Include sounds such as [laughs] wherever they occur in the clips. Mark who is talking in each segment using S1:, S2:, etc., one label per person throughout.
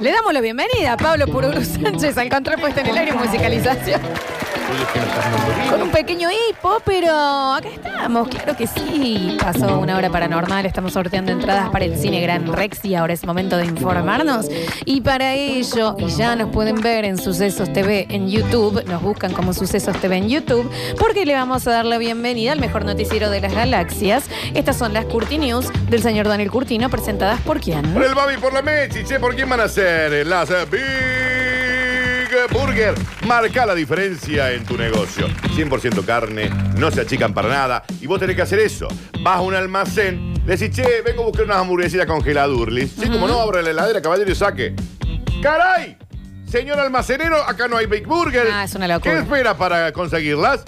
S1: Le damos la bienvenida a Pablo Pururu Sánchez al control puesto en el aire y musicalización. Con un pequeño hipo, pero acá estamos, claro que sí. Pasó una hora paranormal, estamos sorteando entradas para el cine Gran Rex y ahora es momento de informarnos. Y para ello, y ya nos pueden ver en Sucesos TV en YouTube, nos buscan como Sucesos TV en YouTube, porque le vamos a dar la bienvenida al mejor noticiero de las galaxias. Estas son las Curti News del señor Daniel Curtino, presentadas por quién?
S2: Por el Babi, por la Mechi, che, ¿por quién van a ser? Las eh, Big Burger. Marca la diferencia en tu negocio. 100% carne, no se achican para nada. Y vos tenés que hacer eso. Vas a un almacén, decís, che, vengo a buscar unas hamburguesitas congeladurlis. Sí, como no, abra la heladera, caballero, y saque. ¡Caray! Señor almacenero, acá no hay Big Burger.
S1: Ah, es una locura.
S2: ¿Qué espera para conseguirlas?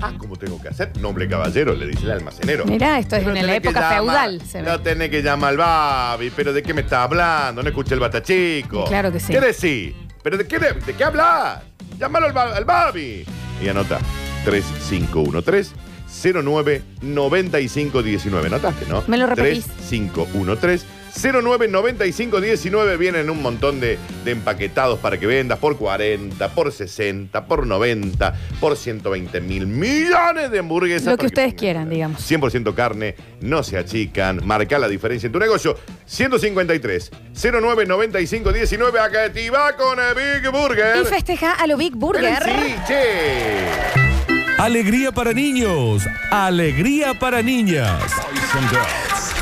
S2: Ah, ¿cómo tengo que hacer? Noble caballero, le dice el almacenero.
S1: Mirá, esto es en
S2: Pero
S1: la
S2: tenés que
S1: época
S2: llamar-
S1: feudal. se ve.
S2: no tenés que llamar al Babi, pero ¿de qué me estás hablando? No escuché el batachico.
S1: Claro que sí.
S2: ¿Qué decís? ¿Pero de qué, de, de qué hablas? Llámalo al, Ba- al Babi. Y anota 3513 09 9519. ¿Notaste, no?
S1: Me lo repetís.
S2: 3513 09 9519. Vienen un montón de, de empaquetados para que vendas por 40, por 60, por 90, por 120 mil millones de hamburguesas.
S1: Lo que
S2: para
S1: ustedes
S2: pongas.
S1: quieran, digamos.
S2: 100% carne, no se achican, marca la diferencia en tu negocio. 153 09 95 19 acá te va con el Big
S1: Y
S2: Burger.
S1: festeja a lo Big Burger.
S2: Sí, che.
S3: Alegría para niños, alegría para niñas.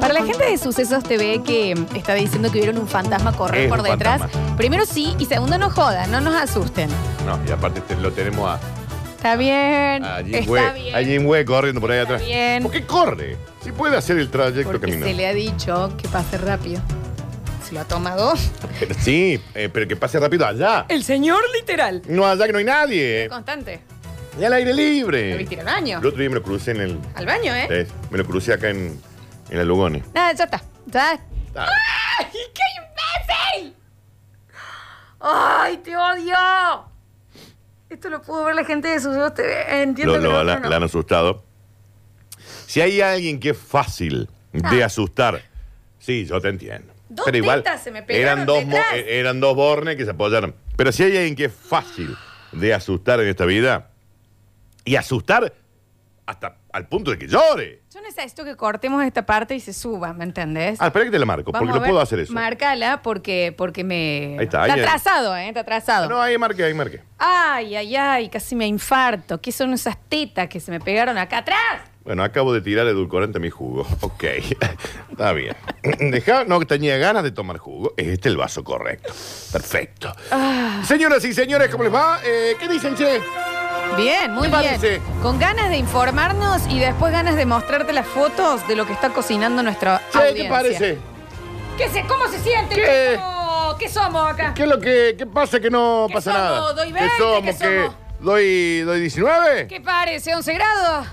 S1: Para la gente de Sucesos TV que está diciendo que vieron un fantasma correr
S2: Es
S1: por
S2: un
S1: detrás,
S2: fantasma.
S1: primero sí y segundo no jodan, no nos asusten.
S2: No, y aparte te- lo tenemos
S1: Está bien,
S2: a, a Jim
S1: está
S2: Way.
S1: bien.
S2: A Jim Way corriendo por ahí
S1: Está
S2: atrás.
S1: bien.
S2: ¿Por qué corre? Si puede hacer el trayecto
S1: porque
S2: caminando.
S1: se le ha dicho que pase rápido. Se lo ha tomado.
S2: Pero sí, eh, pero que pase rápido allá.
S1: El señor literal.
S2: No allá que no hay nadie.
S1: Constante.
S2: Y al aire
S1: ¿Lo
S2: libre.
S1: viste al baño?
S2: El otro día me Eh, lo crucé en el.
S1: Al baño, ¿eh?
S2: ¿sabes? Me lo crucé acá en, en la Lugones.
S1: Nada, ya está. Ya.
S2: Ah,
S1: ¡Ay, qué imbécil! ¡Ay, te odio! Esto lo pudo ver la gente de Sucesos TV. Entiendo
S2: lo,
S1: que
S2: lo-
S1: no,
S2: la,
S1: no, no.
S2: la han asustado. Si hay alguien que es fácil de
S1: Ah.
S2: asustar, sí, yo te entiendo.
S1: Dos
S2: Pero igual,
S1: tetas se me pegaron
S2: eran dos, mo-
S1: detrás.
S2: eh, eran dos bornes que se apoyaron. Pero si hay alguien que es fácil de asustar en esta vida, y asustar hasta al punto de que llore.
S1: Yo necesito que cortemos esta parte y se suba, ¿me entendés?
S2: Ah, espera que te la marco,
S1: Vamos
S2: porque
S1: a
S2: lo
S1: ver,
S2: puedo hacer eso.
S1: Marcala porque, porque me.
S2: Ahí está, ahí es.
S1: atrasado, ¿eh? Está atrasado.
S2: No, ahí marqué, ahí marqué.
S1: Ay, ay, ay, casi me infarto. ¿Qué son esas tetas que se me pegaron acá atrás?
S2: Bueno, acabo de tirar edulcorante a mi jugo. [laughs] Ok, está bien. Deja, no tenía ganas de tomar jugo. Este es el vaso correcto. Perfecto.
S1: Ah.
S2: Señoras y señores, ¿cómo les va? Eh, ¿Qué dicen, che?
S1: Bien, muy
S2: ¿Qué
S1: bien.
S2: parece?
S1: Con ganas de informarnos y después ganas de mostrarte las fotos de lo que está cocinando nuestra
S2: Che,
S1: audiencia.
S2: ¿qué parece?
S1: ¿Qué se, ¿Cómo se siente?
S2: ¿Qué?
S1: ¿Qué, somos? ¿Qué somos acá?
S2: ¿Qué es lo que qué pasa que no
S1: ¿Qué
S2: pasa
S1: somos?
S2: nada?
S1: ¿Doy
S2: ¿Qué
S1: 20?
S2: somos?
S1: ¿Qué
S2: ¿Qué-
S1: somos?
S2: ¿Doy, doy 19?
S1: ¿Qué parece? ¿11 grados?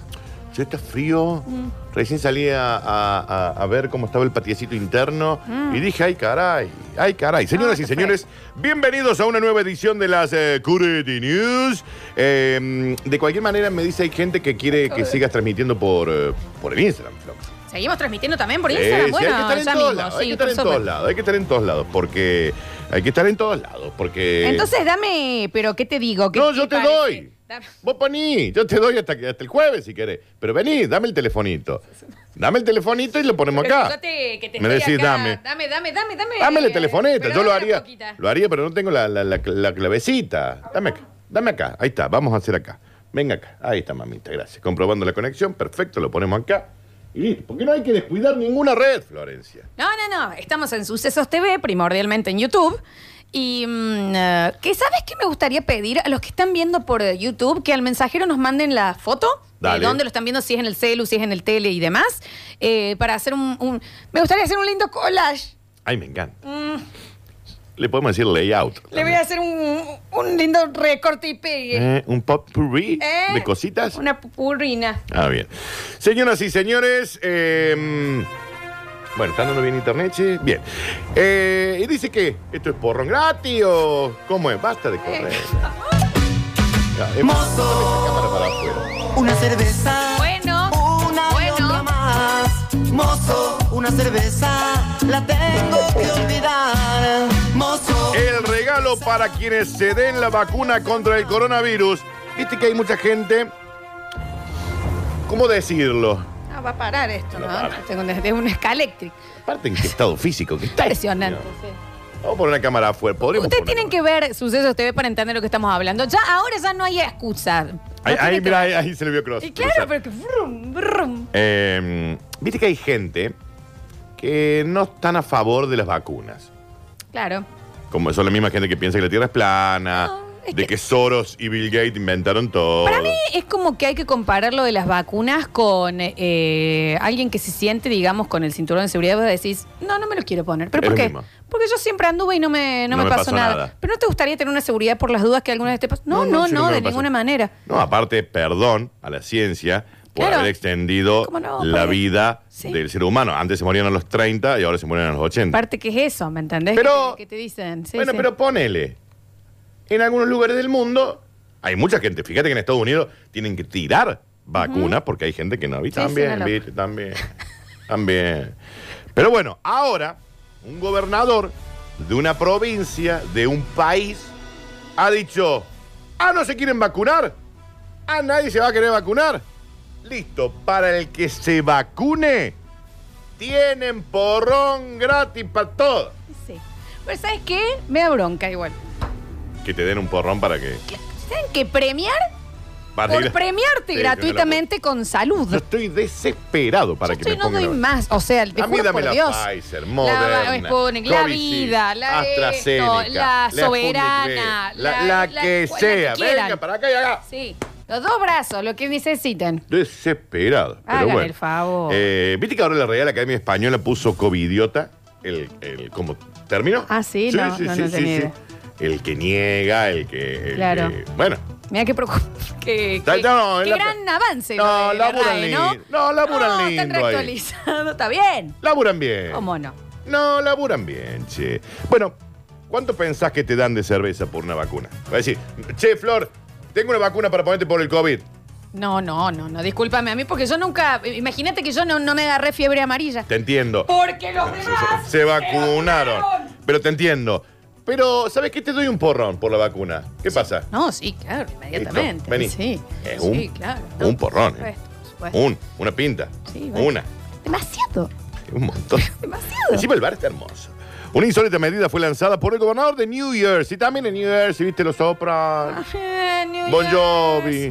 S2: Che, está frío.
S1: Mm.
S2: Recién salí a, a- a- a ver cómo estaba el patiecito interno y dije, ay caray, ay caray. Señoras
S1: Mm. Ah,
S2: y
S1: está
S2: señores, bienvenidos a una nueva edición de las eh, Curity News. Eh, de cualquier manera, me dice, hay gente que quiere que sigas transmitiendo por, eh, por el Instagram. Flor.
S1: Seguimos transmitiendo también por
S2: Sí,
S1: Instagram.
S2: sí,
S1: bueno,
S2: hay que estar en
S1: ya
S2: todos
S1: mismo.
S2: lados,
S1: sí,
S2: hay que estar
S1: por
S2: en
S1: supuesto.
S2: todos lados, hay que estar en todos lados, porque hay que estar en todos lados, porque...
S1: Entonces dame, pero ¿qué te digo? ¿Qué-
S2: eh. No,
S1: qué
S2: yo te
S1: parece?
S2: doy.
S1: Dame-
S2: Vos poní, yo te doy hasta, que- hasta el jueves si querés. Pero vení, dame el telefonito. Dame el telefonito y lo ponemos acá.
S1: Escuchate que te
S2: Me
S1: estoy
S2: decís,
S1: acá.
S2: dame.
S1: Dame, dame, dame, dame.
S2: Dame el
S1: eh,
S2: telefonito,
S1: pero
S2: yo
S1: dame
S2: lo
S1: una
S2: haría.
S1: poquita.
S2: Lo haría, pero no tengo la, la- la- la clavecita. Dame acá, dame acá. Ahí está, vamos a hacer acá. Venga acá. Ahí está, mamita, gracias. Comprobando la conexión, perfecto, lo ponemos acá. Y listo, porque no hay que descuidar ninguna red, Florencia.
S1: No, no, no. Estamos en Sucesos TV, primordialmente en YouTube. Y mm, eh, que sabes qué me gustaría pedir a los que están viendo por eh, YouTube que al mensajero nos manden la foto
S2: Dale.
S1: de dónde lo están viendo, si es en el celu, si es en el tele y demás, eh, para hacer un, un- Me gustaría hacer un lindo collage.
S2: Ay, me encanta. Le podemos decir layout.
S1: Le voy a hacer un, un lindo recorte y pegue.
S2: Eh, un potpourri
S1: ¿Eh?
S2: de cositas.
S1: Una purrina.
S2: Ah, bien. Señoras y señores, eh, bueno, ¿está andando bien internet, che? Bien. Eh, y dice que esto es porrón gratis o cómo es, basta de correr. Ya, eh,
S4: Mozo.
S2: dame esa cámara para afuera.
S4: Una cerveza.
S1: Bueno,
S4: Una y
S1: bueno.
S4: otra más. Mozo, una cerveza. La tengo que olvidar. Mozo.
S2: El regalo para quienes se den la vacuna contra el coronavirus. Viste que hay mucha gente. ¿Cómo decirlo?
S1: Ah, va a parar esto, ¿no?
S2: No para. Eh,
S1: Tengo un- este Es un escaléctrico.
S2: Aparte en qué estado físico que está.
S1: Impresionante.
S2: Señor.
S1: sí.
S2: Vamos a poner una cámara afuera. Podríamos
S1: Ustedes
S2: poner
S1: tienen
S2: una
S1: que ver Sucesos TV para entender lo que estamos hablando. Ya, ahora ya no hay excusa. No
S2: Ahí,
S1: tiene
S2: ahí,
S1: que-
S2: mira, ahí, ahí se le vio cross.
S1: Y claro, pero que... brum, brum.
S2: Eh, Viste que hay gente que no están a favor de las vacunas.
S1: Claro.
S2: Como son la misma gente que piensa que la Tierra es plana,
S1: No, es
S2: de
S1: que-
S2: que... Soros y Bill Gates inventaron todo.
S1: Para mí es como que hay que comparar lo de las vacunas con eh, alguien que se siente, digamos, con el cinturón de seguridad. Vos decís, no, no me lo quiero poner. ¿Pero
S2: Es
S1: por
S2: lo
S1: qué?
S2: mismo.
S1: Porque yo siempre anduve y no me, no me pasó, nada. Pero no te gustaría tener una seguridad por las dudas que alguna vez te pasó. No,
S2: No, no,
S1: no, no,
S2: sí, nunca
S1: de
S2: me pasó.
S1: ninguna manera.
S2: No, aparte, perdón a la ciencia por
S1: Claro.
S2: haber extendido
S1: ¿Cómo no?
S2: la
S1: Por-
S2: vida
S1: Sí.
S2: del ser humano. Antes se morían a los 30 y ahora se mueren a los 80.
S1: Aparte que es eso, ¿me entendés?
S2: Pero-
S1: Que te, que te dicen. Sí,
S2: bueno,
S1: sí.
S2: pero ponele. En algunos lugares del mundo hay mucha gente. Fíjate que en Estados Unidos tienen que tirar vacunas porque hay gente que no. ¿Viste?
S1: Sí,
S2: también,
S1: sí, no, no.
S2: ¿viste? También. también. Pero bueno, ahora un gobernador de una provincia, de un país, ha dicho, ah, no se quieren vacunar. Ah, nadie se va a querer vacunar. Listo, para el que se vacune, tienen porrón gratis para todos.
S1: Sí. Pero ¿sabes qué? Me da bronca igual.
S2: Que te den un porrón para que...
S1: ¿Qué- ¿Saben qué? Premiar
S2: Para
S1: por
S2: ir-
S1: premiarte
S2: Sí,
S1: gratuitamente con salud. [laughs]
S2: Yo estoy desesperado para
S1: Yo
S2: que
S1: estoy-
S2: me
S1: no
S2: pongan.
S1: doy más. O sea, te
S2: A mí
S1: juro
S2: dame
S1: por
S2: la
S1: Dios.
S2: Pfizer,
S1: la
S2: Moderna,
S1: Sputnik, la
S2: Covishield,
S1: vida, la
S2: AstraZeneca,
S1: esto, la
S2: Sputnik
S1: soberana,
S2: V, la,
S1: la-
S2: la
S1: la-
S2: que
S1: cual- la
S2: sea.
S1: que quieran.
S2: Venga, para acá y acá.
S1: Sí. Los dos brazos, lo que necesiten.
S2: Desesperado. pero
S1: Hagan
S2: bueno.
S1: el favor.
S2: Eh, ¿Viste que ahora la Real Academia Española puso covidiota? El, el, ¿Cómo terminó?
S1: Ah, sí, no, no, no tenía idea.
S2: El que niega, el que. el
S1: Claro.
S2: que- bueno.
S1: Mira qué preocup... [laughs] que,
S2: Está-
S1: que-
S2: no,
S1: qué
S2: en la-
S1: gran avance.
S2: No,
S1: lo de la
S2: laburan
S1: RAE, ¿no?
S2: lindo. No, laburan
S1: No,
S2: lindo
S1: Está
S2: ahí.
S1: actualizado, está bien.
S2: Laburan bien.
S1: ¿Cómo no?
S2: No, laburan bien, che. Bueno, ¿cuánto pensás que te dan de cerveza por una vacuna? Va a decir, che, Flor, tengo una vacuna para ponerte por el COVID.
S1: No, no, no, no. Discúlpame a mí porque yo nunca. Imagínate que yo no, no me agarré fiebre amarilla.
S2: Te entiendo.
S1: Porque los
S2: Se-
S1: demás.
S2: Se, se vacunaron. Pero te entiendo. Pero, ¿sabes qué? Te doy un porrón por la vacuna. ¿Qué pasa?
S1: No, sí, claro, inmediatamente.
S2: Listo, vení.
S1: Sí.
S2: Es
S1: Sí,
S2: un-
S1: claro.
S2: un porrón,
S1: Por
S2: eh.
S1: supuesto, por supuesto.
S2: Un, una pinta.
S1: Sí, bueno.
S2: una.
S1: Demasiado,
S2: Un montón.
S1: [laughs] demasiado.
S2: Encima el bar está hermoso. Una insólita medida fue lanzada por el gobernador de New Jersey. También en New Jersey, viste, los Oprah.
S1: Eh, New
S2: Bon
S1: Jersey,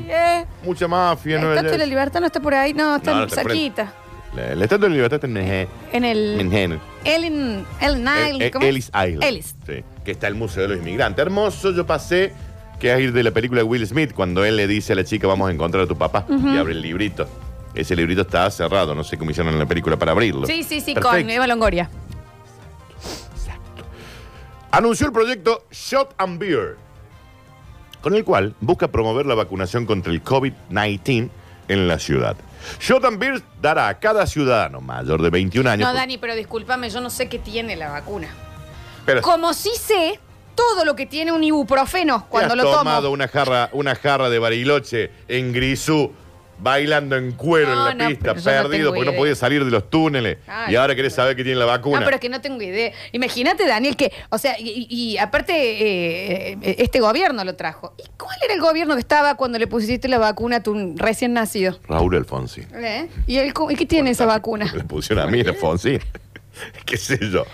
S2: Jovi.
S1: eh.
S2: Mucha mafia.
S1: La
S2: Nueva
S1: Estatua de la
S2: Jersey.
S1: Libertad no está por ahí, no, está
S2: No, no está por ahí.
S1: cerquita.
S2: La la Estatua de la Libertad este está en Manhattan.
S1: En el.
S2: Manhattan.
S1: Ellen. Ellen
S2: El-
S1: Nile.
S2: el-
S1: Ah, ¿cómo?
S2: E- Ellis eh, Island.
S1: Ellis.
S2: Sí, que está el Museo de los Inmigrantes. Hermoso, yo pasé, que es ir de la película de Will Smith, cuando él le dice a la chica, vamos a encontrar a tu papá, y abre el librito. Ese librito está cerrado, no sé cómo hicieron en la película para abrirlo.
S1: Sí, sí, sí, con
S2: Perfecto.
S1: Eva Longoria.
S2: Anunció el proyecto Shot and Beer, con el cual busca promover la vacunación contra el COVID-19 en la ciudad. Shot and Beer dará a cada ciudadano mayor de 21 años.
S1: No, Dani, pero discúlpame, yo no sé qué tiene la vacuna.
S2: Pero-
S1: Como sí sé todo lo que tiene un ibuprofeno cuando
S2: ¿Te
S1: lo
S2: has
S1: tomo.
S2: tomado una jarra, una jarra de bariloche en Grisú, bailando en cuero
S1: No,
S2: en la
S1: no,
S2: pista,
S1: pero yo no
S2: perdido,
S1: tengo
S2: porque no
S1: idea.
S2: podía salir de los túneles.
S1: Ay,
S2: y ahora querés saber que tiene la vacuna.
S1: No, pero es que no tengo idea. Imagínate, Daniel, que, o sea, y, y- y aparte, eh, eh, este gobierno lo trajo. ¿Y cuál era el gobierno que estaba cuando le pusiste la vacuna a tu recién nacido?
S2: Raúl Alfonsín.
S1: ¿Eh? ¿Y, el, cu- y qué tiene esa vacuna?
S2: Me la
S1: [laughs]
S2: pusieron a mí, el Alfonsín. [laughs] ¿Qué sé yo?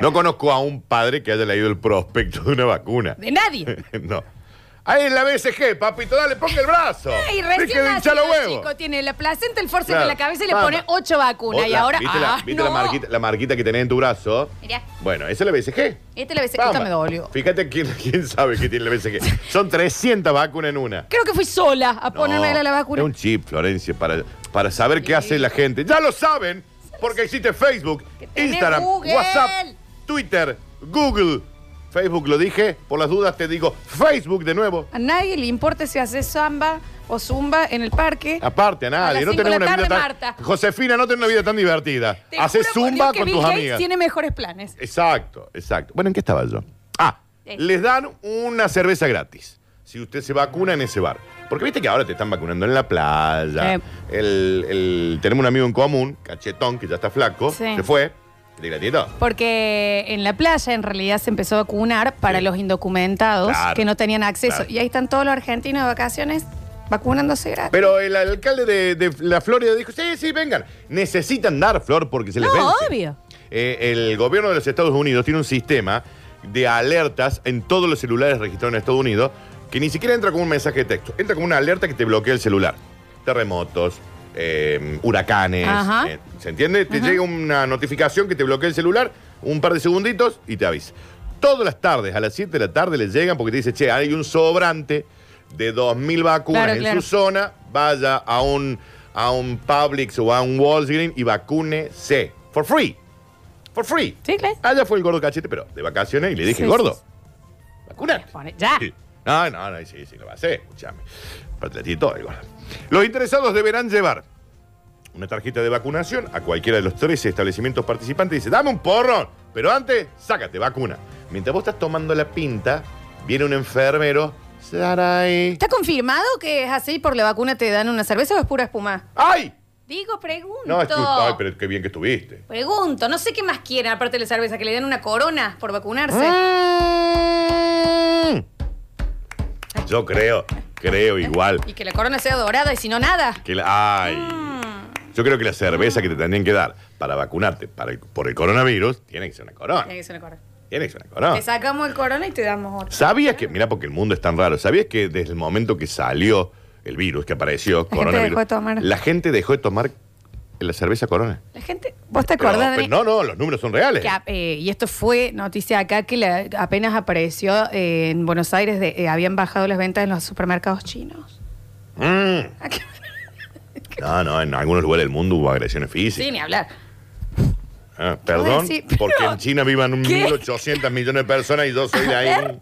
S2: No conozco a un padre que haya leído el prospecto de una vacuna.
S1: De
S2: [laughs]
S1: nadie.
S2: no. Ahí en la BCG, papito, dale, ponga el brazo.
S1: Y
S2: Deje
S1: recién
S2: de
S1: nacido,
S2: hinchar los huevos.
S1: chico, tiene la placenta, el force
S2: Claro.
S1: en la cabeza y le
S2: Vamos.
S1: pone ocho vacunas.
S2: Otra,
S1: y ahora,
S2: ¿Viste,
S1: ah,
S2: la, viste
S1: no.
S2: la, marquita, la marquita que tenés en tu brazo?
S1: Mirá.
S2: Bueno, esa es la BCG.
S1: Este la vez,
S2: Vamos.
S1: esta me dolió.
S2: Fíjate quién, [laughs] quién sabe que tiene la BCG. Son 300 vacunas en una.
S1: Creo que fui sola a ponerme la, la vacuna.
S2: Es un chip, Florencia, para, para saber qué hace la gente. Ya lo saben, porque existe Facebook,
S1: Que tenés
S2: Instagram,
S1: Google.
S2: WhatsApp, Twitter, Google, Facebook lo dije, por las dudas te digo Facebook de nuevo.
S1: A nadie le importa si haces samba o zumba en el parque.
S2: Aparte, a nadie.
S1: las
S2: no
S1: cinco
S2: tenés
S1: de
S2: una
S1: la
S2: vida tan.
S1: tarde, Marta.
S2: Josefina, no tenés una vida tan divertida.
S1: Te
S2: Haces
S1: juro por
S2: zumba
S1: Dios que
S2: con
S1: Bill
S2: tus
S1: Gates
S2: amigas.
S1: tiene mejores planes.
S2: Exacto, exacto. Bueno, ¿en qué estaba yo? Ah,
S1: Sí.
S2: les dan una cerveza gratis si usted se vacuna en ese bar. Porque viste que ahora te están vacunando en la playa.
S1: Sí.
S2: El, el- tenemos un amigo en común, Cachetón, que ya está flaco,
S1: Sí.
S2: se fue. ¿De gratito?
S1: Porque en la playa en realidad se empezó a vacunar para
S2: Sí.
S1: los indocumentados
S2: Claro.
S1: que no tenían acceso.
S2: Claro.
S1: Y ahí están todos los argentinos de vacaciones vacunándose gratis.
S2: Pero el alcalde de, de la Florida dijo, sí, sí, vengan. Necesitan dar flor porque se les
S1: no,
S2: vence.
S1: obvio.
S2: Eh, el gobierno de los Estados Unidos tiene un sistema de alertas en todos los celulares registrados en Estados Unidos que ni siquiera entra como un mensaje de texto, entra como una alerta que te bloquea el celular. Terremotos, eh, huracanes,
S1: Ajá.
S2: eh, ¿se entiende? Te llega una notificación que te bloquea el celular, un par de segunditos y te avisa. Todas las tardes, a las 7 de la tarde, les llegan porque te dice, che, hay un sobrante de 2.000 vacunas
S1: Claro,
S2: en
S1: claro.
S2: su zona, vaya a un, a un Publix o a un Walgreens y vacúnese. For free. For free.
S1: Sí, claro.
S2: Allá fue el gordo cachete, pero de vacaciones, y le dije,
S1: Sí,
S2: gordo,
S1: sí,
S2: vacunate.
S1: Pone- ya.
S2: Sí. No, no, no, sí, sí, lo va a hacer, escúchame. Aparte, la tiene toda el gordo. Los interesados deberán llevar una tarjeta de vacunación a cualquiera de los 13 establecimientos participantes y dice, dame un porro, pero antes, sácate vacuna. Mientras vos estás tomando la pinta, viene un enfermero, eh". Sarai.
S1: ¿Está confirmado que es así por la vacuna te dan una cerveza o es pura espuma?
S2: ¡Ay!
S1: Digo, pregunto.
S2: No, es tu- ay, pero qué bien que estuviste.
S1: Pregunto, no sé qué más quieren aparte de la cerveza, que le den una corona por vacunarse.
S2: Ah. Mm. Yo creo, creo igual.
S1: Y que la corona sea dorada y si no nada.
S2: Que la- ay.
S1: Mm.
S2: Yo creo que la cerveza que te tendrían que dar para vacunarte para el- por el coronavirus tiene que ser una corona.
S1: Tiene que ser una corona.
S2: Tiene que ser una corona.
S1: Te sacamos el corona y te damos otra.
S2: ¿Sabías que, mira, porque el mundo es tan raro, ¿sabías que desde el momento que salió el virus, que apareció,
S1: gente
S2: coronavirus,
S1: dejó de tomar.
S2: la gente dejó de tomar la cerveza corona?
S1: La gente, vos te
S2: Pero-
S1: acordás
S2: pero
S1: Dani,
S2: no, no, los números son reales.
S1: que, a- eh, y esto fue noticia acá que la- apenas apareció eh, en Buenos Aires, de- eh, habían bajado las ventas en los supermercados chinos. [laughs]
S2: Mm.
S1: Ah, qué-
S2: No, no, en algunos lugares del mundo hubo agresiones físicas.
S1: Sí, ni hablar.
S2: Ah, perdón,
S1: Ay, sí, pero-
S2: porque en China vivan un
S1: ¿Qué?
S2: 1.800 millones de personas y yo soy de ahí.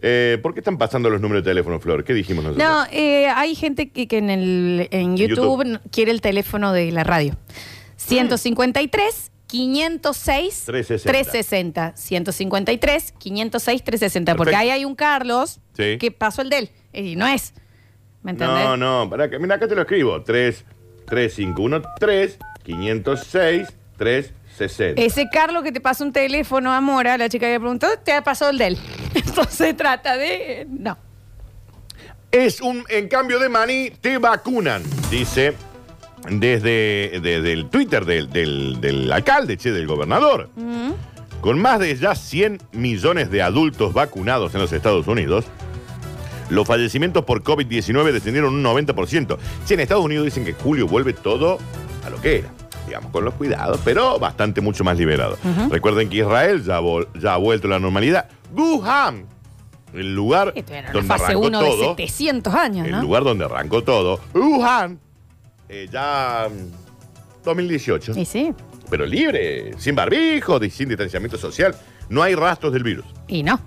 S2: Eh, ¿Por qué están pasando los números de teléfono, Flor? ¿Qué dijimos nosotros?
S1: No, eh, hay gente que, que en, el, en YouTube,
S2: YouTube. Mm.
S1: n- quiere el teléfono de la radio. 153, 506,
S2: 360.
S1: 360. 153, 506, 360. Porque
S2: Perfecto.
S1: ahí hay un Carlos
S2: Sí.
S1: que pasó el de él. Y no es. ¿Me entendés?
S2: no, no, pará, que- mira, acá te lo escribo. 3, 3, 5, 1, 3, 506, 3, 60.
S1: Ese Carlos que te pasó un teléfono, Amora, la chica que le preguntó, te ha pasado el de él. [laughs] Entonces se trata de. No.
S2: Es un, en cambio de maní, te vacunan, dice desde, desde el Twitter del, del- del alcalde, che, del gobernador.
S1: Mm.
S2: Con más de ya 100 millones de adultos vacunados en los Estados Unidos, los fallecimientos por COVID-19 descendieron un 90%. Che, en Estados Unidos dicen que en julio vuelve todo a lo que era, digamos, con los cuidados, pero bastante mucho más liberado. Recuerden que Israel ya, vol- ya ha vuelto a la normalidad. Wuhan, el lugar
S1: Esto era una
S2: donde
S1: fase
S2: arrancó
S1: 1 de
S2: todo,
S1: 700 años,
S2: el
S1: ¿no?
S2: lugar donde arrancó todo, Wuhan, eh, ya mm, 2018
S1: Y sí.
S2: pero libre, sin barbijo, de- sin distanciamiento social. No hay rastros del virus.
S1: Y no.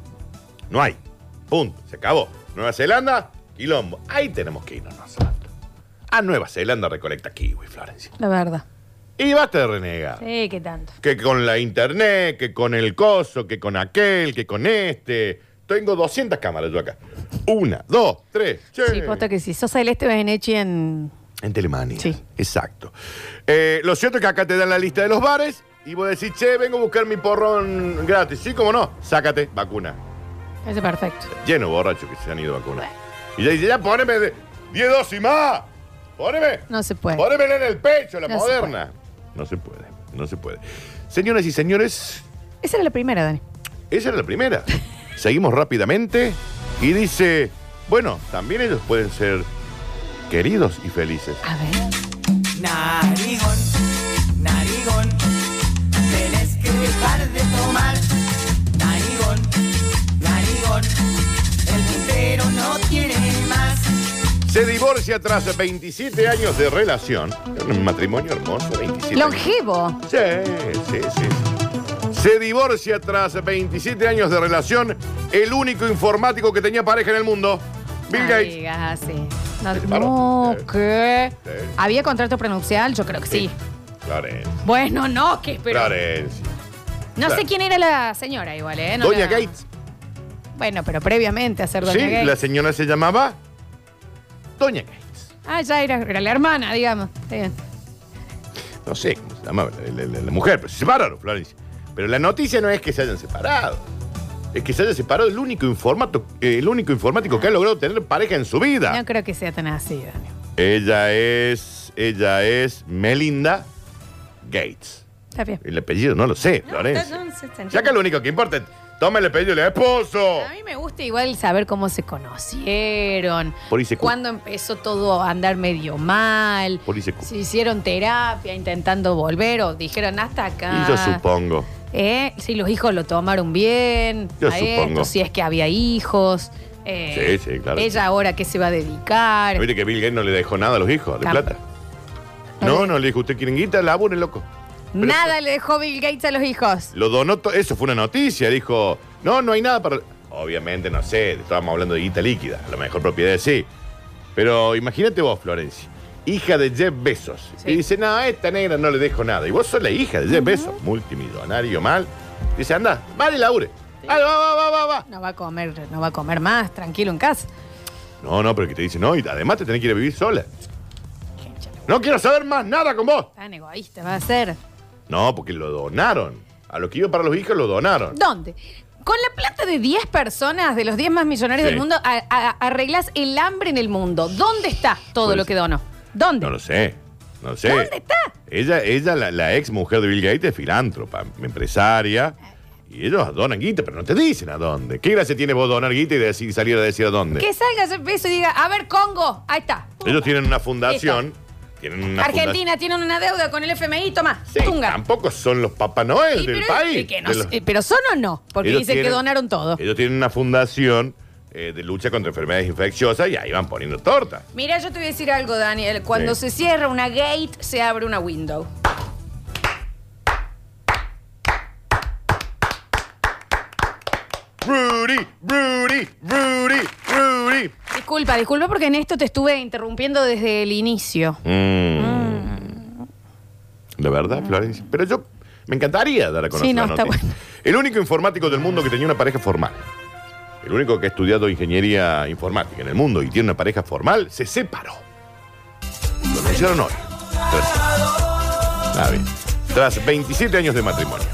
S2: No hay. Punto. Se acabó. Nueva Zelanda, quilombo. Ahí tenemos que irnos nosotros. A Nueva Zelanda recolecta kiwi, Florencia.
S1: La verdad.
S2: Y basta de renegar.
S1: Sí, qué tanto.
S2: Que con la internet, que con el coso, que con aquel, que con este. Tengo 200 cámaras yo acá. Una, dos, tres. che.
S1: Sí, pues posta que si sos celeste, ves en Echi en.
S2: En Telemania.
S1: Sí.
S2: Exacto. Eh, lo cierto es que acá te dan la lista de los bares y vos decís, che, vengo a buscar mi porrón gratis. Sí, cómo no. Sácate, vacuna.
S1: Parece perfecto.
S2: Lleno borracho que se han ido a vacunar. Y ya dice, ya poneme de- 10 dosis más. Poneme.
S1: No se puede.
S2: Pónemela en el pecho, la
S1: No se
S2: moderna. no se puede, no se puede. Señoras y señores,
S1: Esa era la primera, Dani.
S2: esa era
S1: [laughs]
S2: la primera. Seguimos rápidamente y dice, bueno, también ellos pueden ser queridos y felices.
S1: A ver.
S4: Narigón, narigón, tenés que dejar de tomar. Narigón, narigón, el puntero no tiene más.
S2: Se divorcia tras 27 años de relación. Un matrimonio hermoso, 27 años.
S1: Longevo.
S2: Sí, sí, sí. Se divorcia tras 27 años de relación el único informático que tenía pareja en el mundo, Bill
S1: No
S2: Gates.
S1: digas así. No,
S2: Sí, claro.
S1: no,
S2: Sí.
S1: ¿qué?
S2: Sí.
S1: ¿Había contrato prenupcial? Yo creo que sí.
S2: Florencia.
S1: Bueno, no, que pero.
S2: Florencia.
S1: No sé
S2: claro.
S1: quién era la señora igual, ¿eh? No
S2: Doña
S1: la-
S2: Gates.
S1: Bueno, pero previamente a ser Doña
S2: Sí,
S1: Gates.
S2: la señora se llamaba Doña Gates.
S1: Ah, ya era, era la hermana, digamos. Está bien.
S2: No sé cómo se llamaba la, la- la- la mujer, pero se separaron, Florencia. Pero la noticia no es que se hayan separado. Es que se haya separado el único, informato- eh, el único informático que ha logrado tener pareja en su vida.
S1: No creo que sea tan así, Daniel.
S2: Ella es. Ella es Melinda Gates.
S1: Está bien.
S2: El apellido no lo sé, Florencia. Ya que lo único que importa es. Toma el apellido del esposo.
S1: A mí me gusta igual saber cómo se conocieron,
S2: Por ICQ.
S1: cuándo empezó todo a andar medio mal,
S2: Por ICQ.
S1: si hicieron terapia intentando volver o dijeron hasta acá.
S2: Y yo supongo.
S1: Eh, si los hijos lo tomaron bien,
S2: Yo
S1: a esto,
S2: supongo.
S1: si es que había hijos. eh,
S2: Sí, sí, claro.
S1: Ella ahora qué se va a dedicar.
S2: Viste que Bill Gates no le dejó nada a los hijos de
S1: Tam-
S2: plata. No, no le dijo, ¿usted quieren guita? Labure, loco. Pero
S1: Nada le dejó Bill Gates a los hijos.
S2: Lo donó, to- eso fue una noticia. Dijo, no, no hay nada para. Obviamente, no sé, estábamos hablando de guita líquida, a lo mejor propiedades sí. Pero imagínate vos, Florencia, hija de Jeff Bezos.
S1: Sí.
S2: Y dice, no, a esta negra no le dejo nada. Y vos sos la hija de Jeff Bezos, multimillonario mal. Dice, anda, vale, labure. Ah, va, va, va, va, va.
S1: No va a comer, no va a comer más, tranquilo en casa.
S2: No, no, pero que te dice, no, y además te tenés que ir a vivir sola. No quiero saber más nada con vos.
S1: Tan egoísta va a ser.
S2: No, porque lo donaron. A lo que iba para los hijos lo donaron.
S1: ¿Dónde? Con la plata de 10 personas, de los 10 más millonarios
S2: Sí.
S1: del mundo, a- a- arreglas el hambre en el mundo. ¿Dónde está todo
S2: Pues-
S1: lo que donó? ¿Dónde?
S2: No lo sé. No lo sé.
S1: ¿Dónde está?
S2: Ella, ella la, la ex mujer de Bill Gates, es filántropa, empresaria. Y ellos donan guita, pero no te dicen a dónde. ¿Qué gracia tiene vos donar guita y decir- salir a decir a dónde?
S1: Que salga ese peso y diga, a ver, Congo, ahí está.
S2: Ellos tienen una fundación. Tienen una
S1: Argentina tiene una deuda con el FMI, toma,
S2: fundación. Sí,
S1: tunga.
S2: tampoco son los Papá Noel
S1: Y
S2: del
S1: pero- y
S2: país.
S1: que no
S2: De
S1: sé, eh,
S2: los-
S1: pero son o no, porque
S2: Ellos
S1: dicen que
S2: tienen-
S1: donaron todo.
S2: Ellos tienen una fundación eh, de lucha contra enfermedades infecciosas y ahí van poniendo tortas.
S1: Mira, yo te voy a decir algo, Daniel. Cuando
S2: Sí.
S1: se cierra una gate, se abre una window.
S2: Rudy, Rudy, Rudy, Rudy.
S1: Disculpa, disculpa porque en esto te estuve interrumpiendo desde el inicio.
S2: La verdad, Florencia. Pero yo me encantaría dar a conocer
S1: Ah. Sí, no,
S2: la
S1: está
S2: noticia.
S1: bueno.
S2: El único informático del mundo que tenía una pareja formal. El único que ha estudiado ingeniería informática en el mundo y tiene una pareja formal se separó. Lo anunciaron hoy. Tras, Ah, bien. Tras 27 años de matrimonio.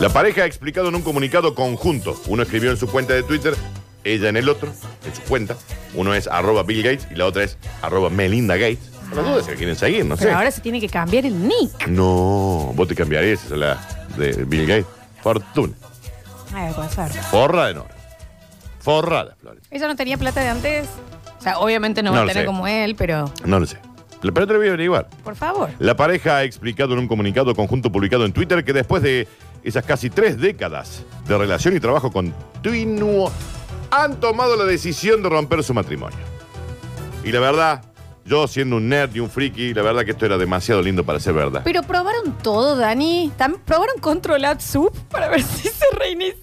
S2: La pareja ha explicado en un comunicado conjunto. Uno escribió en su cuenta de Twitter, ella en el otro, en su cuenta. Uno es arroba Bill Gates y la otra es arroba Melinda Gates. Por las dudas, si la quieren seguir, no sé.
S1: Pero ahora se tiene que cambiar el nick.
S2: No, vos te cambiarías esa es la de Bill Gates. Fortuna.
S1: Ay, puede ser.
S2: Forrada en oro. Forrada, Flores.
S1: Ella no tenía plata de antes. O sea, obviamente no,
S2: No
S1: va a
S2: lo
S1: tener
S2: sé.
S1: como él, pero
S2: No lo sé. Pero te lo voy a averiguar.
S1: por favor.
S2: La pareja ha explicado en un comunicado conjunto publicado en Twitter que después de esas casi tres décadas de relación y trabajo continuo, han tomado la decisión de romper su matrimonio. Y la verdad, yo siendo un nerd y un friki, la verdad que esto era demasiado lindo para ser verdad.
S1: Pero probaron todo, Dani. Tam- probaron Control Alt Sub para ver si se reiniciaba.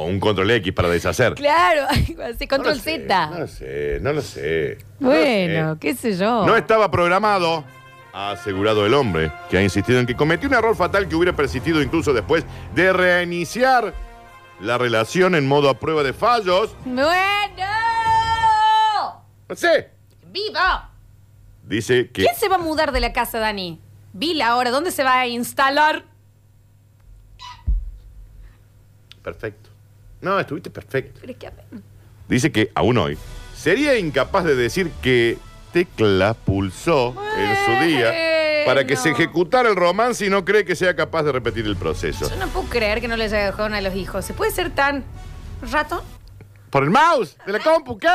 S2: O un control X para deshacer.
S1: Claro, [laughs] algo así. Control
S2: No lo sé,
S1: Z.
S2: No lo sé, no lo sé. No lo
S1: bueno,
S2: sé.
S1: qué sé yo.
S2: No estaba programado, ha asegurado el hombre, que ha insistido en que cometió un error fatal que hubiera persistido incluso después de reiniciar la relación en modo a prueba de fallos.
S1: Bueno.
S2: No sé.
S1: Vivo.
S2: Dice que
S1: ¿Quién se va a mudar de la casa, Dani? Vila ahora, ¿dónde se va a instalar?
S2: Perfecto. No, estuviste perfecto.
S1: Pero es que a ver,
S2: Dice que aún hoy sería incapaz de decir que Tecla pulsó en su día para que se
S1: Bueno.
S2: ejecutara el romance y no cree que sea capaz de repetir el proceso.
S1: Yo no puedo creer que no le haya dejado a los hijos. ¿Se puede ser tan ratón?
S2: ¿Por el mouse? ¿De la compu? ¿Qué?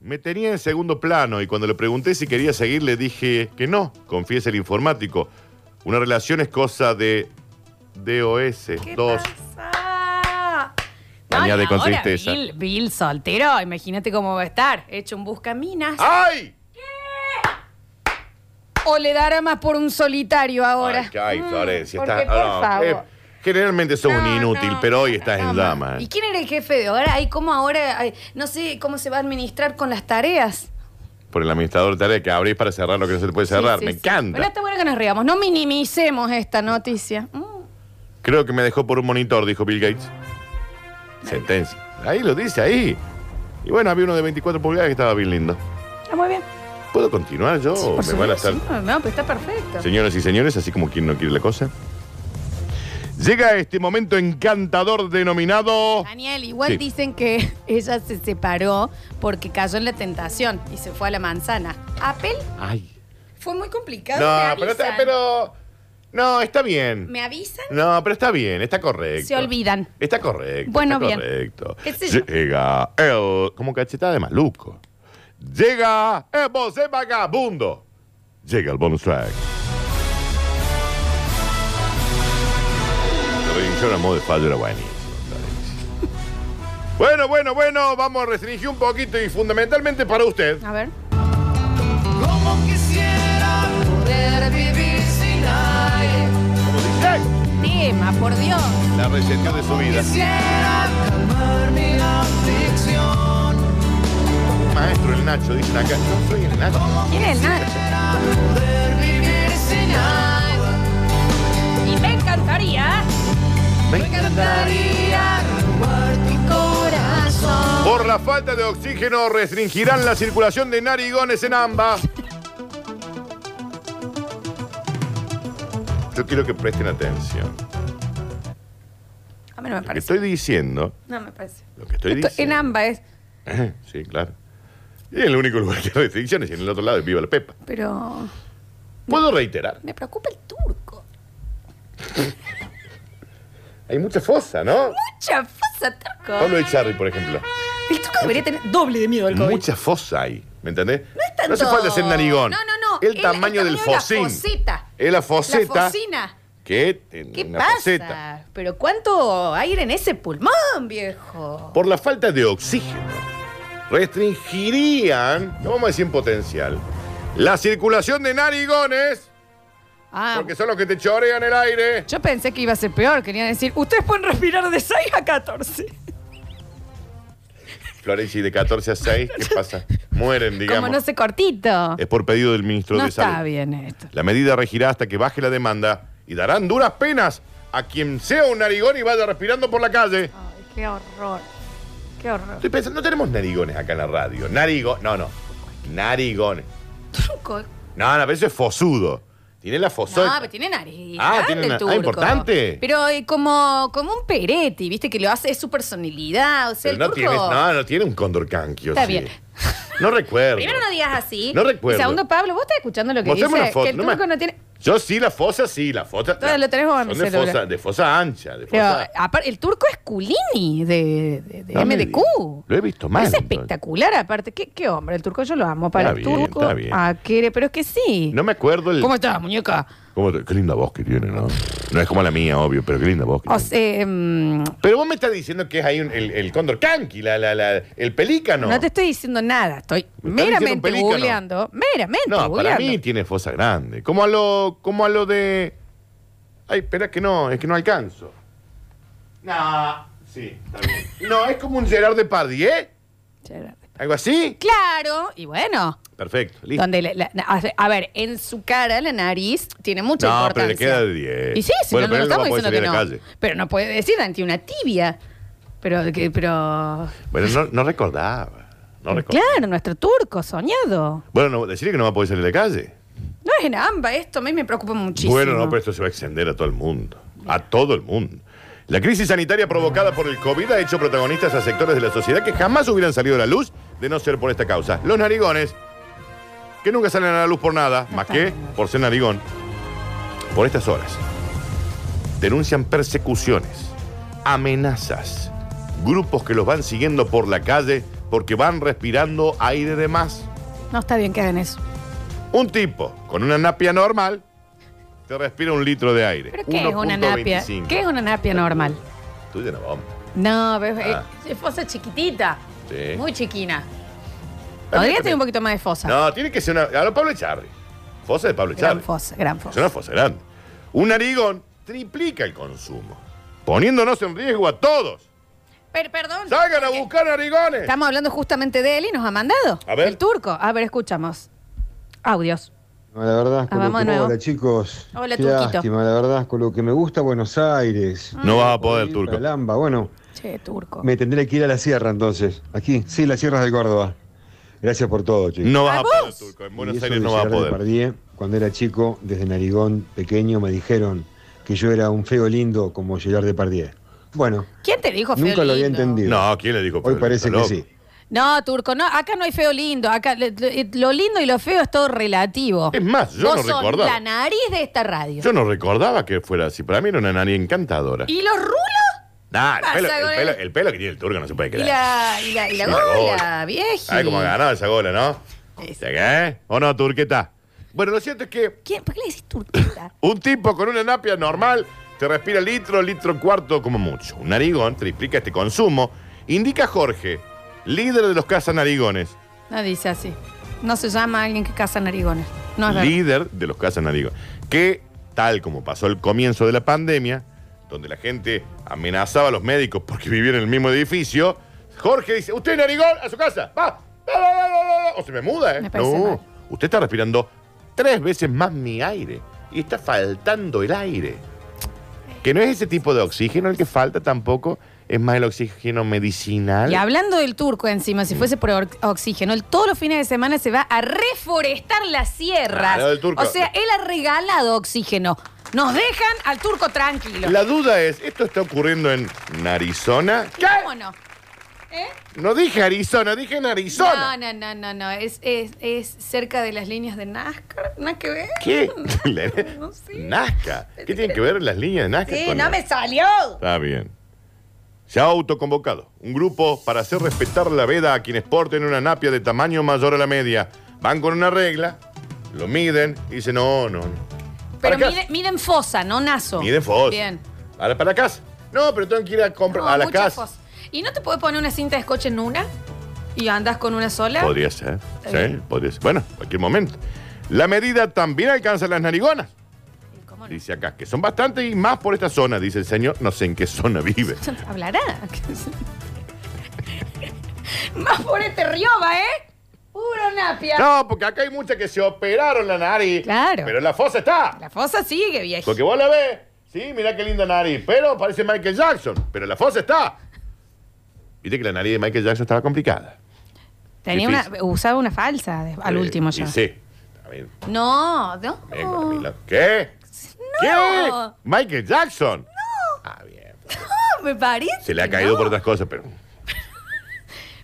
S2: Me tenía en segundo plano y cuando le pregunté si quería seguir le dije que no, confiesa el informático. Una relación es cosa de DOS,
S1: ¿Qué
S2: dos.
S1: pasa?
S2: Añade
S1: y
S2: con
S1: ahora
S2: tristeza.
S1: Bill, Bill soltero,
S2: Ah.
S1: imagínate cómo va a estar. Hecho un buscaminas.
S2: ¡Ay!
S1: O le dará más por un solitario ahora.
S2: Ay, ay, Florencia,
S1: Mm,
S2: está-
S1: porque, por
S2: no,
S1: favor.
S2: eh, generalmente sos un
S1: No,
S2: inútil,
S1: no,
S2: pero hoy
S1: no,
S2: estás
S1: no,
S2: en eh.
S1: no.
S2: dama.
S1: ¿Y quién era el jefe de ahora? Ay, cómo ahora? Ay, no sé cómo se va a administrar con las tareas.
S2: Por el administrador de tarea que abrís para cerrar lo que no se te puede cerrar.
S1: Sí, sí,
S2: Me
S1: sí.
S2: encanta.
S1: Bueno, está bueno que nos riamos. No minimicemos esta noticia. Mm.
S2: Creo que me dejó por un monitor, dijo Bill Gates. Sentencia. Ahí lo dice, ahí. Y bueno, había uno de 24 pulgadas que estaba bien lindo.
S1: Está muy bien.
S2: ¿Puedo continuar yo?
S1: Sí,
S2: ¿O
S1: por
S2: Oh, me van a
S1: supuesto.
S2: hacer...
S1: No, no, pero está perfecto.
S2: Señoras y señores, así como quien no quiere la cosa. Llega este momento encantador denominado...
S1: Daniel, igual
S2: Sí.
S1: dicen que [laughs] ella se separó porque cayó en la tentación y se fue a la manzana. Apple
S2: Ay.
S1: fue muy complicado.
S2: No,
S1: me
S2: pero,
S1: avisan.
S2: está- pero... No, está bien.
S1: ¿Me avisan?
S2: No, pero está bien, está correcto.
S1: Se olvidan.
S2: Está correcto.
S1: Bueno,
S2: está
S1: bien.
S2: correcto.
S1: ¿Qué sé yo?
S2: Llega el. Como cachetada de maluco. Llega el José Vagabundo. Llega el bonus track. La redención a modo de fallo era buenísimo. Florencia. Bueno, bueno, bueno, vamos a restringir un poquito y fundamentalmente para usted.
S1: A ver.
S4: Como quisiera poder vivir sin aire.
S2: Como dice,
S1: Tema, por Dios.
S2: la recepción de su vida.
S4: Quisiera calmar mi aflicción.
S2: Maestro el Nacho, dicen acá. Yo soy el Nacho.
S1: ¿Quién es el Nacho?
S4: Poder vivir sin aire.
S1: Y me encantaría.
S2: Me
S4: Me encantaría robar tu corazón.
S2: Por la falta de oxígeno restringirán la circulación de narigones en ambas. Yo quiero que presten atención.
S1: A mí no me
S2: Lo que
S1: parece.
S2: estoy diciendo,
S1: No me parece.
S2: lo que estoy
S1: Esto- en
S2: diciendo.
S1: ambas es.
S2: [clears throat] Sí, claro. Y en el único lugar que hay restricciones, y en el otro lado, viva la pepa.
S1: Pero
S2: Puedo reiterar.
S1: me preocupa el turco.
S2: Hay mucha fosa, ¿no?
S1: Mucha fosa, turco.
S2: Pablo Echarri, por ejemplo.
S1: El turco debería tener doble de miedo al COVID.
S2: Mucha fosa hay, ¿me entendés? No
S1: es tanto-
S2: No hace falta ser narigón.
S1: No, no, no.
S2: El,
S1: El- el tamaño
S2: tamaño del
S1: de la
S2: fosín.
S1: foseta.
S2: Es la
S1: La
S2: foseta.
S1: focina.
S2: Que en
S1: ¿Qué
S2: una
S1: pasa?
S2: foseta.
S1: Pero cuánto aire en ese pulmón, viejo.
S2: por la falta de oxígeno, restringirían, no vamos a decir en potencial, la circulación de narigones,
S1: Ah,
S2: porque son los que te chorean el aire.
S1: yo pensé que iba a ser peor. Quería decir, ustedes pueden respirar de 6 a 14.
S2: Florencia, y de 14 a 6,
S1: [laughs]
S2: ¿qué pasa? Mueren, digamos.
S1: Como no sé cortito.
S2: Es por pedido del ministro
S1: No
S2: de Salud.
S1: está bien esto.
S2: La medida regirá hasta que baje la demanda y darán duras penas a quien sea un narigón y vaya respirando por la calle.
S1: Ay, qué horror. Qué horror.
S2: Estoy pensando, no tenemos narigones acá en la radio. Narigo, no, no. Narigones.
S1: Turco.
S2: No, no, pero eso es fosudo. Tiene la
S1: No,
S2: fosota.
S1: pero tiene nariz.
S2: Ah,
S1: grande
S2: tiene
S1: el
S2: una- ah,
S1: turco.
S2: importante.
S1: Pero eh, como, como un Peretti, viste, que lo hace, es su personalidad. O sea,
S2: Pero
S1: el
S2: no
S1: turco.
S2: tiene, no, no tiene un cóndor canquio.
S1: Está
S2: sí.
S1: bien.
S2: No recuerdo.
S1: Primero no digas así.
S2: No recuerdo.
S1: Y segundo, Pablo, vos estás escuchando lo que
S2: Mostrame
S1: dice.
S2: una foto,
S1: que el
S2: no
S1: turco
S2: me-
S1: no, tiene.
S2: Yo sí, la fosa, sí, la fosa.
S1: Todavía
S2: la-
S1: lo tenés vos en
S2: son
S1: mi
S2: de
S1: celular.
S2: fosa, de fosa ancha, de
S1: Pero
S2: fosa.
S1: apar- el turco es Culini de, de- de
S2: No me
S1: MDQ.
S2: digas. Lo he visto mal,
S1: Es
S2: entonces.
S1: espectacular, aparte. ¿Qué, qué hombre, el turco yo lo amo. Para
S2: Está
S1: el
S2: bien,
S1: turco.
S2: está bien.
S1: Ah, quiere, pero es que sí.
S2: No me acuerdo el.
S1: ¿Cómo estás, muñeca?
S2: cómo te- qué linda voz que tiene, ¿no? No es como la mía, obvio, pero qué linda voz. que
S1: O
S2: tiene.
S1: sea, mm,
S2: Pero vos me estás diciendo que es ahí un- el, el cóndor canqui, la, la, la- el pelícano.
S1: no. te estoy diciendo nada. Estoy
S2: Me está diciendo
S1: meramente
S2: un pelícano.
S1: googleando. Meramente
S2: No, para
S1: googleando.
S2: mí tiene fosa grande. Como a lo, como a lo de. Ay, espera, es que no, es que no alcanzo. No, sí, está bien. No, es como un Gerard Depardieu, ¿eh? ¿Algo así?
S1: Claro, y bueno.
S2: Perfecto, listo.
S1: Donde la- la- a ver, a ver, en su cara la nariz tiene mucha
S2: No, pero
S1: importancia.
S2: le queda de 10.
S1: Y sí, si no,
S2: Bueno,
S1: no
S2: pero él
S1: estamos
S2: va a
S1: diciendo que
S2: poder
S1: no.
S2: salir a la
S1: Pero no puede decir, Dani, tiene una tibia. Pero, que, pero...
S2: calle. Bueno, no, no recordaba. No recordaba.
S1: Claro, nuestro turco soñado.
S2: Bueno, no, decirle que no va a poder salir a la calle.
S1: No es en ambas esto, a mí me preocupa muchísimo.
S2: Bueno, no, pues, pero esto se va a extender a todo el mundo. A todo el mundo. La crisis sanitaria provocada por el COVID ha hecho protagonistas a sectores de la sociedad que jamás hubieran salido a la luz de no ser por esta causa. Los narigones, que nunca salen a la luz por nada, más que por ser narigón, por estas horas, denuncian persecuciones, amenazas, grupos que los van siguiendo por la calle porque van respirando aire de más.
S1: No está bien que hagan eso.
S2: Un tipo con una napia normal te respira un litro de aire.
S1: ¿Pero qué es una napia?
S2: 1.25.
S1: ¿Qué es una napia normal?
S2: Tuya no bomba.
S1: No, pero
S2: Ah.
S1: es fosa chiquitita.
S2: Sí.
S1: Muy chiquina. Podría tener un poquito más de fosa.
S2: No, tiene que ser una. A lo Pablo Echarri. Fosa de Pablo
S1: Gran
S2: Echave.
S1: fosa, gran
S2: Es
S1: fosa.
S2: una fosa grande. Un narigón triplica el consumo, poniéndonos en riesgo a todos.
S1: Per- perdón.
S2: ¡Salgan a buscar narigones!
S1: Estamos hablando justamente de él y nos ha mandado.
S2: A ver.
S1: El turco. A ver, escuchamos. Audios.
S5: No, la verdad es
S1: Ah,
S5: con
S1: vamos de
S5: lo que,
S1: nuevo.
S5: hola chicos.
S1: Hola,
S5: Qué
S1: Turquito.
S5: lástima, la verdad es con lo que me gusta Buenos Aires.
S2: No vas a poder,
S5: Ir
S2: turco.
S5: para Lamba, bueno,
S1: Che, turco.
S5: me tendré que ir a la sierra entonces. Aquí, sí, las sierras de Córdoba. Gracias por todo, chicos.
S2: No vas
S1: ¿A
S2: a poder,
S1: vos?
S2: Turco. En
S5: Y
S2: Buenos
S5: eso
S2: Aires
S5: de
S2: no vas a
S5: Gerard
S2: poder.
S5: Depardieu, cuando era chico, desde Narigón, pequeño, me dijeron que yo era un feo lindo como Gerard Depardieu. Bueno,
S1: ¿Quién te dijo feo
S5: nunca lo había
S1: lindo?
S5: entendido.
S2: No, ¿quién le dijo?
S5: Hoy
S2: Pablo?
S5: parece
S2: Está
S5: que
S2: loco.
S5: sí.
S1: No, turco, no, acá no hay feo lindo. Acá le- le- lo lindo y lo feo es todo relativo.
S2: Es más, yo
S1: Vos
S2: no
S1: sos
S2: recordaba.
S1: La nariz de esta radio.
S2: Yo no recordaba que fuera así. Para mí era una nariz encantadora.
S1: ¿Y los rulos?
S2: Nah,
S1: pasa
S2: el, pelo,
S1: con
S2: el,
S1: el-
S2: pelo, el pelo que tiene el turco no se puede
S1: ¿Y
S2: creer.
S1: la, y la, y la
S2: Y la
S1: gola,
S2: gola.
S1: vieji?
S2: Ay, cómo ha ganado esa gola, ¿no?
S1: Sí.
S2: ¿Se qué? ¿O no, turqueta? Bueno, lo cierto es que
S1: ¿Quién- ¿Por qué le decís turquita?
S2: un tipo con una napia normal te respira litro, litro cuarto como mucho. Un narigón triplica este consumo. Indica Jorge, líder de los cazanarigones.
S1: [laughs] No dice así. No se llama alguien que caza narigones. No es verdad.
S2: líder de los cazanarigones. Que, tal como pasó el comienzo de la pandemia, donde la gente amenazaba a los médicos porque vivían en el mismo edificio, Jorge dice, usted es narigón, a su casa, va, va, va, va, va, va". o se me muda, ¿eh?
S1: Me parece mal.
S2: no, usted está respirando tres veces más mi aire y está faltando el aire. Que no es ese tipo de oxígeno el que falta tampoco, es más el oxígeno medicinal.
S1: Y hablando del turco encima, si fuese por or- oxígeno, él todos los fines de semana se va a reforestar las sierras.
S2: Claro, el turco.
S1: O sea, él ha regalado oxígeno. Nos dejan al turco tranquilo.
S2: La duda es, ¿esto está ocurriendo en Arizona?
S1: ¿Y ¿Cómo no?
S2: No dije Arizona, dije en Arizona.
S1: No, no, no, no, no. Es, es, es cerca de las líneas de NASCAR. ¿Nada que ver?
S2: ¿Qué?
S1: [laughs]
S2: [laughs]
S1: No sé.
S2: Nazca. ¿Qué tienen que ver las líneas de Nazca?
S1: Sí,
S2: con
S1: no
S2: la-
S1: me salió.
S2: Está bien. Se ha autoconvocado un grupo para hacer respetar la veda a quienes porten una napia de tamaño mayor a la media. Van con una regla, lo miden y dicen, no, no, no. Para
S1: Pero
S2: casa.
S1: miden, miden fosa, no naso.
S2: Miden fosa.
S1: Oh, Bien.
S2: Ahora para la casa. No, pero tengo que ir a, comprar
S1: No,
S2: a la
S1: mucha
S2: casa.
S1: fosa. ¿Y no te puedes poner una cinta de escoche en una? ¿Y andas con una sola?
S2: Podría ser.
S1: Está
S2: Sí,
S1: bien.
S2: podría ser. Bueno, cualquier momento. La medida también alcanza las narigonas.
S1: ¿Cómo no?
S2: Dice acá, que son bastantes y más por esta zona, dice el señor, no sé en qué zona vive.
S1: [laughs] Hablará. [laughs] Más por este rioba, ¿eh? Puro napia.
S2: No, porque acá hay muchas que se operaron la nariz.
S1: Claro.
S2: Pero la fosa está.
S1: La fosa sigue, viejo.
S2: Porque vos la ves. Sí, mirá qué linda nariz. Pero parece Michael Jackson. Pero la fosa está. Viste que la nariz de Michael Jackson estaba complicada.
S1: Tenía una, usaba una falsa de- al
S2: Eh,
S1: último ya.
S2: Y sí. Está bien.
S1: No, no.
S2: Vengo, Camila. ¿Qué? ¿Qué?
S1: No.
S2: ¿Michael Jackson? No. Ah, bien.
S1: Me parece.
S2: Se le ha caído
S1: no.
S2: por otras cosas, pero.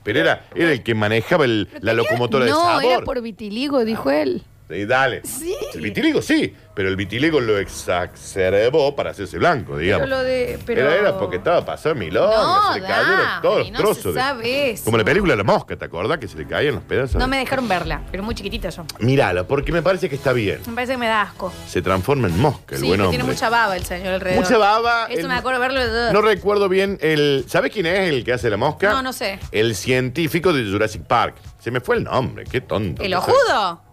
S2: Pero era, era el que manejaba el- la locomotora de
S1: No,
S2: sabor.
S1: era por vitiligo, dijo él.
S2: Sí, dale.
S1: Sí.
S2: El vitiligo sí, pero el vitiligo lo exacerbó para hacerse blanco, digamos.
S1: Pero lo de. Pero...
S2: Era, era porque estaba pasando milonga,
S1: No,
S2: se le cayeron
S1: Dani,
S2: todos los
S1: no
S2: trozos.
S1: se
S2: de-
S1: sabe eso.
S2: Como la película La Mosca, ¿te acordás? Que se le caían los pedazos.
S1: No
S2: de-
S1: me dejaron verla, pero muy chiquitita yo.
S2: Mírala, porque me parece que está bien.
S1: Me parece que me da asco.
S2: Se transforma en mosca el
S1: sí,
S2: buen
S1: que
S2: hombre.
S1: tiene mucha baba el señor alrededor.
S2: Mucha baba.
S1: Eso
S2: el-
S1: me acuerdo verlo. de-
S2: No recuerdo bien el. ¿Sabes quién es el que hace la mosca?
S1: No, no sé.
S2: El científico de Jurassic Park. Se me fue el nombre, qué tonto.
S1: ¿El
S2: que soy.
S1: ojudo?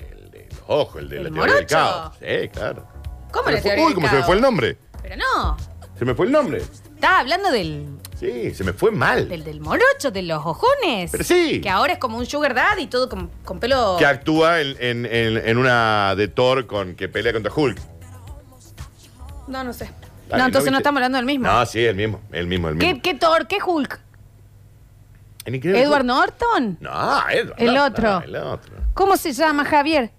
S2: El de los ojos, el de
S1: El
S2: la teoría del
S1: morocho.
S2: caos. Sí, claro.
S1: ¿Cómo
S2: Se
S1: la
S2: me fue-
S1: teoría
S2: Uy,
S1: del
S2: cómo se me
S1: caos?
S2: fue el nombre.
S1: Pero no.
S2: Se me fue el nombre.
S1: Estaba hablando del,
S2: Sí, se me fue mal.
S1: del, del morocho, de los ojones.
S2: Pero sí.
S1: Que ahora es como un sugar daddy y todo con, con pelo.
S2: Que actúa en, en- en- en una de Thor con que pelea contra Hulk.
S1: No, no sé.
S2: Dale,
S1: no, entonces
S2: viste?
S1: no estamos hablando del mismo.
S2: No, sí, el mismo, el mismo, el mismo.
S1: ¿Qué, ¿Qué Thor? ¿Qué Hulk?
S2: El increíble
S1: ¿Edward
S2: Hulk.
S1: Norton?
S2: No, Edward.
S1: El
S2: no,
S1: otro.
S2: no, el otro.
S1: ¿Cómo se llama Javier?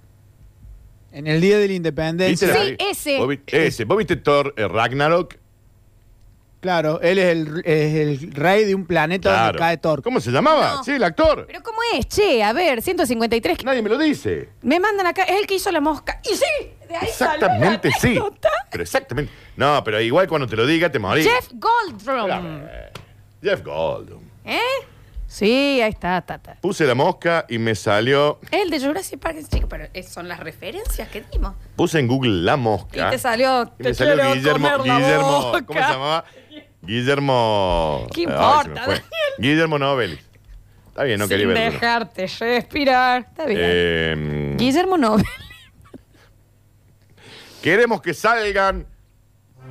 S6: En el día de la
S2: ¿Viste
S6: independencia.
S2: la
S1: Sí,
S2: peli?
S1: ese.
S2: ¿Vos vi- ese. ¿Vos viste Thor eh, Ragnarok?
S6: Claro, él es el, es el rey de un planeta donde cae Thor.
S2: ¿Cómo se llamaba?
S1: No.
S2: Sí, el actor.
S1: ¿Pero cómo es? Che, a ver, 153.
S2: Nadie me lo dice.
S1: Me mandan acá, es el que hizo la mosca. Y sí, de ahí salió la
S2: Exactamente, sí.
S1: anécdota.
S2: Pero exactamente. No, pero igual cuando te lo diga te morís.
S1: Jeff Goldblum.
S2: A ver. Jeff Goldblum.
S1: ¿Eh? Sí, ahí está, tata.
S2: Puse la mosca y me salió.
S1: El de Jurassic Park, chico, pero es- son las referencias que dimos.
S2: Puse en Google la
S1: Y
S2: mosca.
S1: te salió.
S2: Y
S1: te
S2: me salió
S1: quiero
S2: Guillermo.
S1: comer la
S2: Guillermo.
S1: boca. [laughs]
S2: ¿Cómo se llamaba? Guillermo.
S1: ¿Qué
S2: Ay, se me
S1: importa,
S2: fue.
S1: Daniel?
S2: Guillermo Nobel. Está bien, no quería
S1: sin
S2: verlo.
S1: dejarte respirar. Está bien.
S2: Eh,
S1: Guillermo no.
S2: Queremos que salgan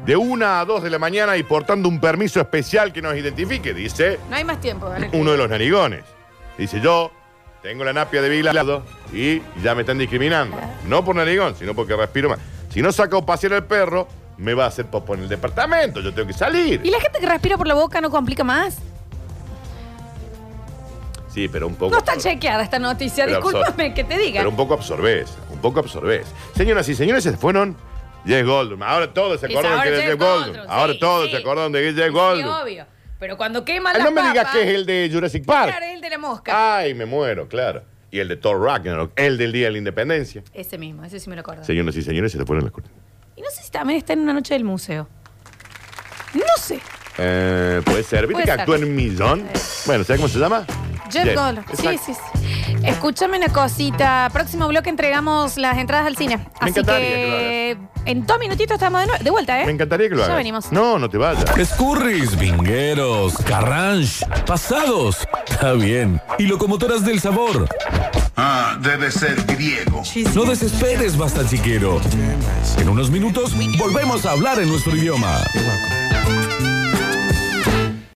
S2: de una a dos de la mañana y portando un permiso especial que nos identifique, dice
S1: No hay más tiempo. ¿vale?
S2: uno de los narigones. Dice yo, tengo la napia de Vilado y ya me están discriminando. No por narigón, sino porque respiro más. Si no saco a pasear al perro, me va a hacer popó en el departamento. Yo tengo que salir.
S1: ¿Y la gente que respira por la boca no complica más?
S2: Sí, pero un poco.
S1: No está
S2: absor-
S1: chequeada esta noticia,
S2: Pero
S1: discúlpame
S2: absor-
S1: que te diga.
S2: Pero un poco absorbés, un poco absorbés. Señoras y señores, se fueron Jess Goldman. Ahora todos se
S1: Y
S2: acordaron
S1: ahora
S2: que era
S1: Jeff
S2: Jeff Goldman.
S1: Goldblum,
S2: Ahora
S1: sí,
S2: todos
S1: sí.
S2: se acordaron de Jeff
S1: Sí,
S2: Goldman.
S1: obvio. Pero cuando quema la
S2: no me digas
S1: papa,
S2: que es el Ah. de Jurassic Park.
S1: Claro, es el de la mosca.
S2: Ay, me muero, claro. Y el de Thor Ragnarok, el del Día de la Independencia.
S1: Ese mismo, ese sí me lo acuerdo.
S2: Señoras y señores, se le ponen las cortinas.
S1: Y no sé si también está en una noche del museo. No sé.
S2: Eh, ¿Puede ser? ¿Viste
S1: Puede
S2: que
S1: ser.
S2: actúa en Millón? Bueno, ¿sabes cómo se llama?
S1: Jeff Goldblum. Sí,
S2: Exacto.
S1: sí, sí. Escúchame una cosita. Próximo bloque entregamos las entradas al cine. Así
S2: encantaría
S1: que, en dos minutitos estamos de, nue- de vuelta, ¿eh?
S2: Me encantaría que lo
S1: Ya
S2: hagas.
S1: venimos.
S2: No, no te vayas.
S3: Escurris, vingueros, carranche, pasados. Está bien. Y locomotoras del sabor.
S7: Ah, debe ser griego.
S3: No desesperes, basta chiquero. En unos minutos volvemos a hablar en nuestro idioma.